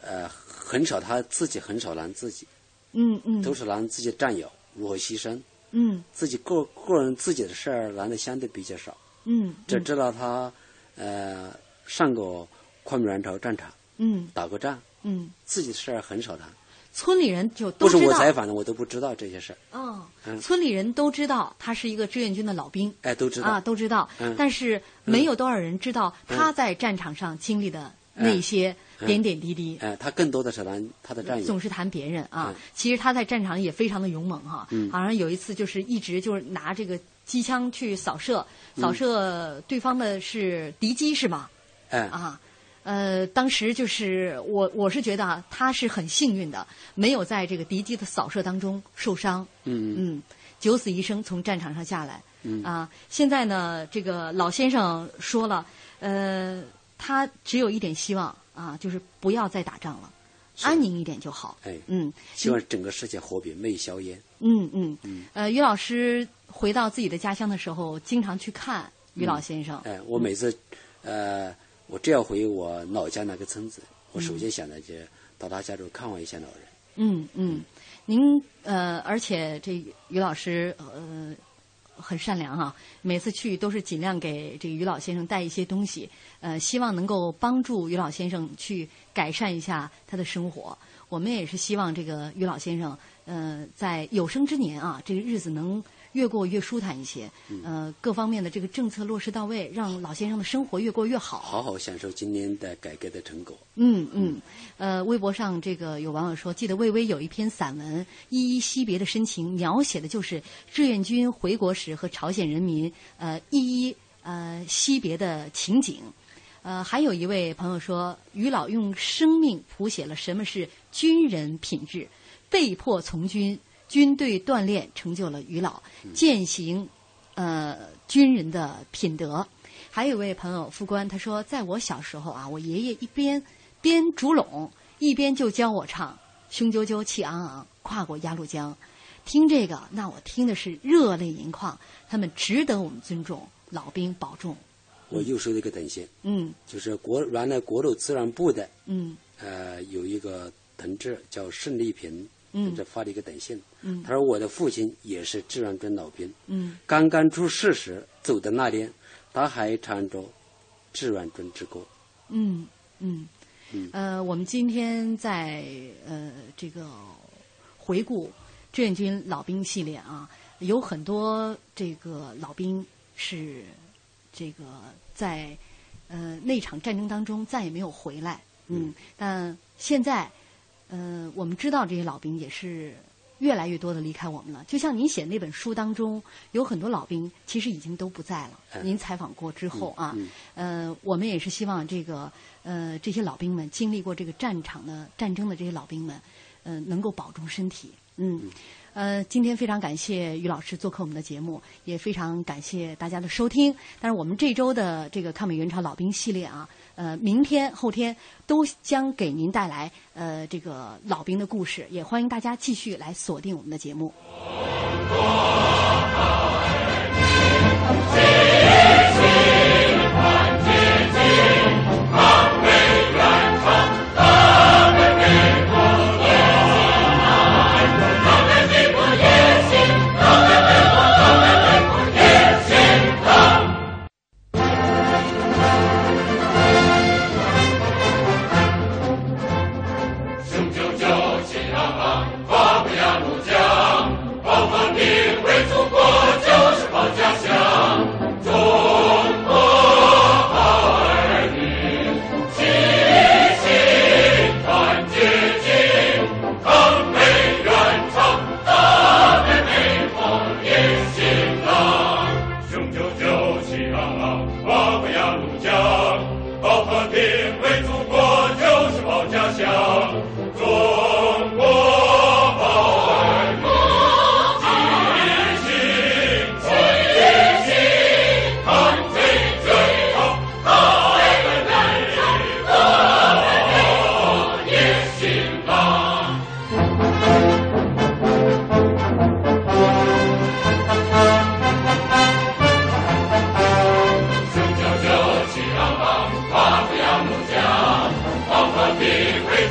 呃，很少他自己很少拦自己，嗯嗯，都是拦自己的战友如何牺牲，嗯自己个个人自己的事儿拦的相对比较少。嗯，只知道他呃上过抗美援朝战场嗯打过仗，嗯，自己的事儿很少谈。村里人就不都是知道。我采访的，我都不知道这些事儿。哦嗯村里人都知道他是一个志愿军的老兵。哎，都知道啊，都知道，嗯但是没有多少人知道他在战场上经历的那些嗯点点滴滴，哎，他更多的是谈他的战友。总是谈别人啊嗯。其实他在战场也非常的勇猛哈嗯，好像有一次就是一直就是拿这个机枪去扫射，嗯扫射对方的是敌机是吗？哎，啊，呃，当时就是我我是觉得啊，他是很幸运的，没有在这个敌机的扫射当中受伤，嗯嗯，九死一生从战场上下来。嗯啊，现在呢，这个老先生说了，呃，他只有一点希望啊，就是不要再打仗了，安宁一点就好。哎，嗯，希望整个世界和平，没有硝烟。嗯嗯，嗯呃，于老师回到自己的家乡的时候，经常去看于老先生。哎，我每次，呃，我只要回我老家那个村子，我首嗯先想的就是到他家中看望一下老人。嗯嗯，您呃，而且这于老师呃很善良哈、啊每次去都是尽量给这个于老先生带一些东西，呃，希望能够帮助于老先生去改善一下他的生活。我们也是希望这个于老先生呃在有生之年啊，这个日子能越过越舒坦一些，呃，各方面的这个政策落实到位，让老先生的生活越过越好。好好享受今年的改革的成果。嗯嗯，呃，微博上这个有网友说，记得魏巍有一篇散文《依依惜别的深情》，描写的就是志愿军回国时和朝鲜人民呃依依呃惜别的情景。呃，还有一位朋友说，于老用生命谱写了什么是军人品质，被迫从军，军队锻炼成就了于老，践行呃军人的品德。还有一位朋友副官，他说，在我小时候啊，我爷爷一边编竹笼，一边就教我唱“雄赳赳气昂昂，跨过鸭绿江”。听这个，那我听的是热泪盈眶。他们值得我们尊重，老兵保重。我又收到一个短信，嗯就是国原来国土自然部的嗯呃有一个同志叫盛丽平，嗯这发了一个短信，嗯他说我的父亲也是志愿军老兵，嗯刚刚出事时走的那天，他还唱着志愿军之歌。嗯嗯嗯，呃，我们今天在呃这个回顾志愿军老兵系列啊，有很多这个老兵是这个在呃那场战争当中再也没有回来。嗯，但现在呃我们知道这些老兵也是。越来越多的离开我们了，就像您写那本书当中，有很多老兵其实已经都不在了。嗯您采访过之后啊，嗯呃，我们也是希望这个呃这些老兵们经历过这个战场的战争的这些老兵们，呃，能够保重身体。嗯，呃，今天非常感谢于老师做客我们的节目，也非常感谢大家的收听。但是我们这周的这个抗美援朝老兵系列啊，呃，明天、后天都将给您带来呃这个老兵的故事，也欢迎大家继续来锁定我们的节目。雄赳赳，气昂昂，跨过鸭绿江，暴风兵为祖国就是保家乡。中国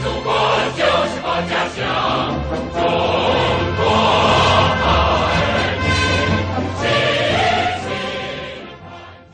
祖国。